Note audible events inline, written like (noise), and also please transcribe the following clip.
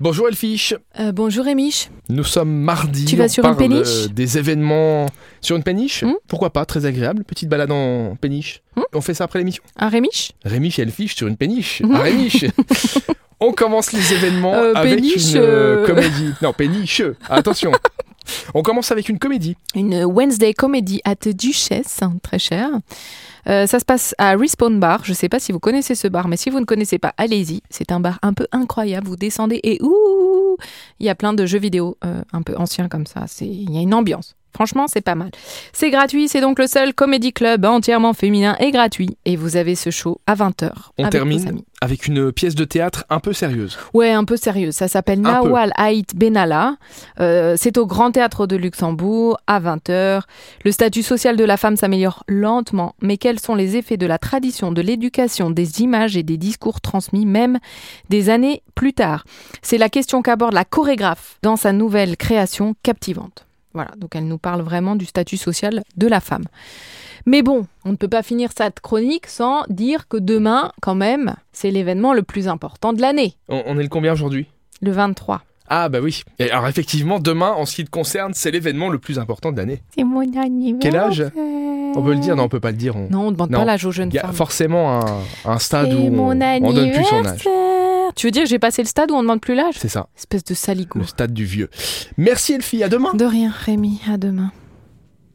Bonjour Elfiche, Euh, bonjour Emiche. nous sommes mardi. Tu vas on sur une parle, péniche euh, Des événements sur une péniche Hmm Pourquoi pas, très agréable. Petite balade en péniche. Hmm on fait ça après l'émission. Un Rémiche Ah, Rémiche et Elfiche sur une péniche. Hmm À Rémiche (laughs) On commence les événements Euh, avec péniche, une euh, euh, comédie. Non, péniche, attention. on commence avec une comédie. Une Wednesday Comedy at Duchesse, hein, très cher. Euh, ça se passe à Respawn Bar. Je ne sais pas si vous connaissez ce bar, mais si vous ne connaissez pas, allez-y. C'est un bar un peu incroyable. Vous descendez et ouh, il y a plein de jeux vidéo euh, un peu anciens comme ça. C'est- Il y a une ambiance. Franchement, c'est pas mal. C'est gratuit, c'est donc le seul comédie club entièrement féminin et gratuit. Et vous avez ce show à 20h. On termine avec une pièce de théâtre un peu sérieuse. Ouais, un peu sérieux. Ça s'appelle Un peu. Nawal Ait Benalla. Euh, c'est au Grand Théâtre de Luxembourg à 20h. Le statut social de la femme s'améliore lentement, mais quels sont les effets de la tradition, de l'éducation, des images et des discours transmis même des années plus tard C'est la question qu'aborde la chorégraphe dans sa nouvelle création captivante. Voilà, donc elle nous parle vraiment du statut social de la femme. Mais bon, on ne peut pas finir cette chronique sans dire que demain, quand même, c'est l'événement le plus important de l'année. On, on est le combien aujourd'hui Le 23. Ah bah oui. Et alors effectivement, demain, en ce qui te concerne, c'est l'événement le plus important de l'année. C'est mon anniversaire. Quel âge On peut le Oh. dire Non, on peut pas le dire. on- Non, on ne demande Non. pas l'âge aux jeunes Il y a femmes. forcément un, un stade C'est où on, on donne plus son âge. anniversaire. Tu veux dire que j'ai passé le stade où on ne demande plus l'âge C'est ça, Espèce de saligo. le stade du vieux. Merci Elfie, à demain De rien, Rémi. À demain.